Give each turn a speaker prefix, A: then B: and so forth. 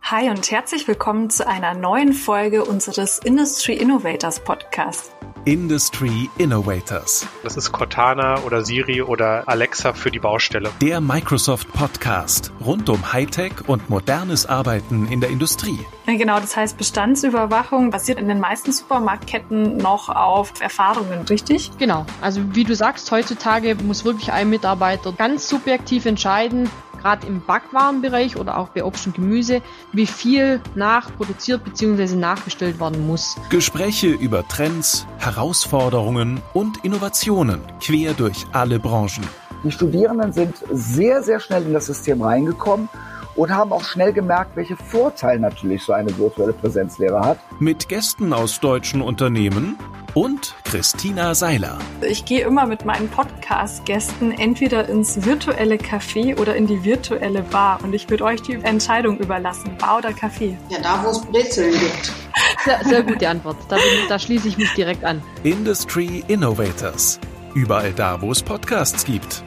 A: Hi und herzlich willkommen zu einer neuen Folge unseres Industry Innovators Podcast.
B: Industry Innovators,
C: Das ist Cortana oder Siri oder Alexa für die Baustelle.
B: der Microsoft Podcast rund um Hightech und modernes Arbeiten in der Industrie.
A: Genau, das heißt Bestandsüberwachung basiert in den meisten Supermarktketten noch auf Erfahrungen, richtig?
D: Genau. Also wie du sagst, heutzutage muss wirklich ein Mitarbeiter ganz subjektiv entscheiden, gerade im Backwarenbereich oder auch bei Obst und Gemüse, wie viel nachproduziert bzw. nachbestellt werden muss.
B: Gespräche über Trends, Herausforderungen und Innovationen quer durch alle Branchen.
E: Die Studierenden sind sehr, sehr schnell in das System reingekommen und haben auch schnell gemerkt, welche Vorteile natürlich so eine virtuelle Präsenzlehre hat.
B: Mit Gästen aus deutschen Unternehmen und Christina Seiler.
A: Ich gehe immer mit meinen Podcast-Gästen entweder ins virtuelle Café oder in die virtuelle Bar und ich würde euch die Entscheidung überlassen, Bar oder Café.
F: Ja, da wo es Brezeln gibt.
D: Sehr, sehr gute Antwort. Da, bin ich, da schließe ich mich direkt an.
B: Industry Innovators. Überall da, wo es Podcasts gibt.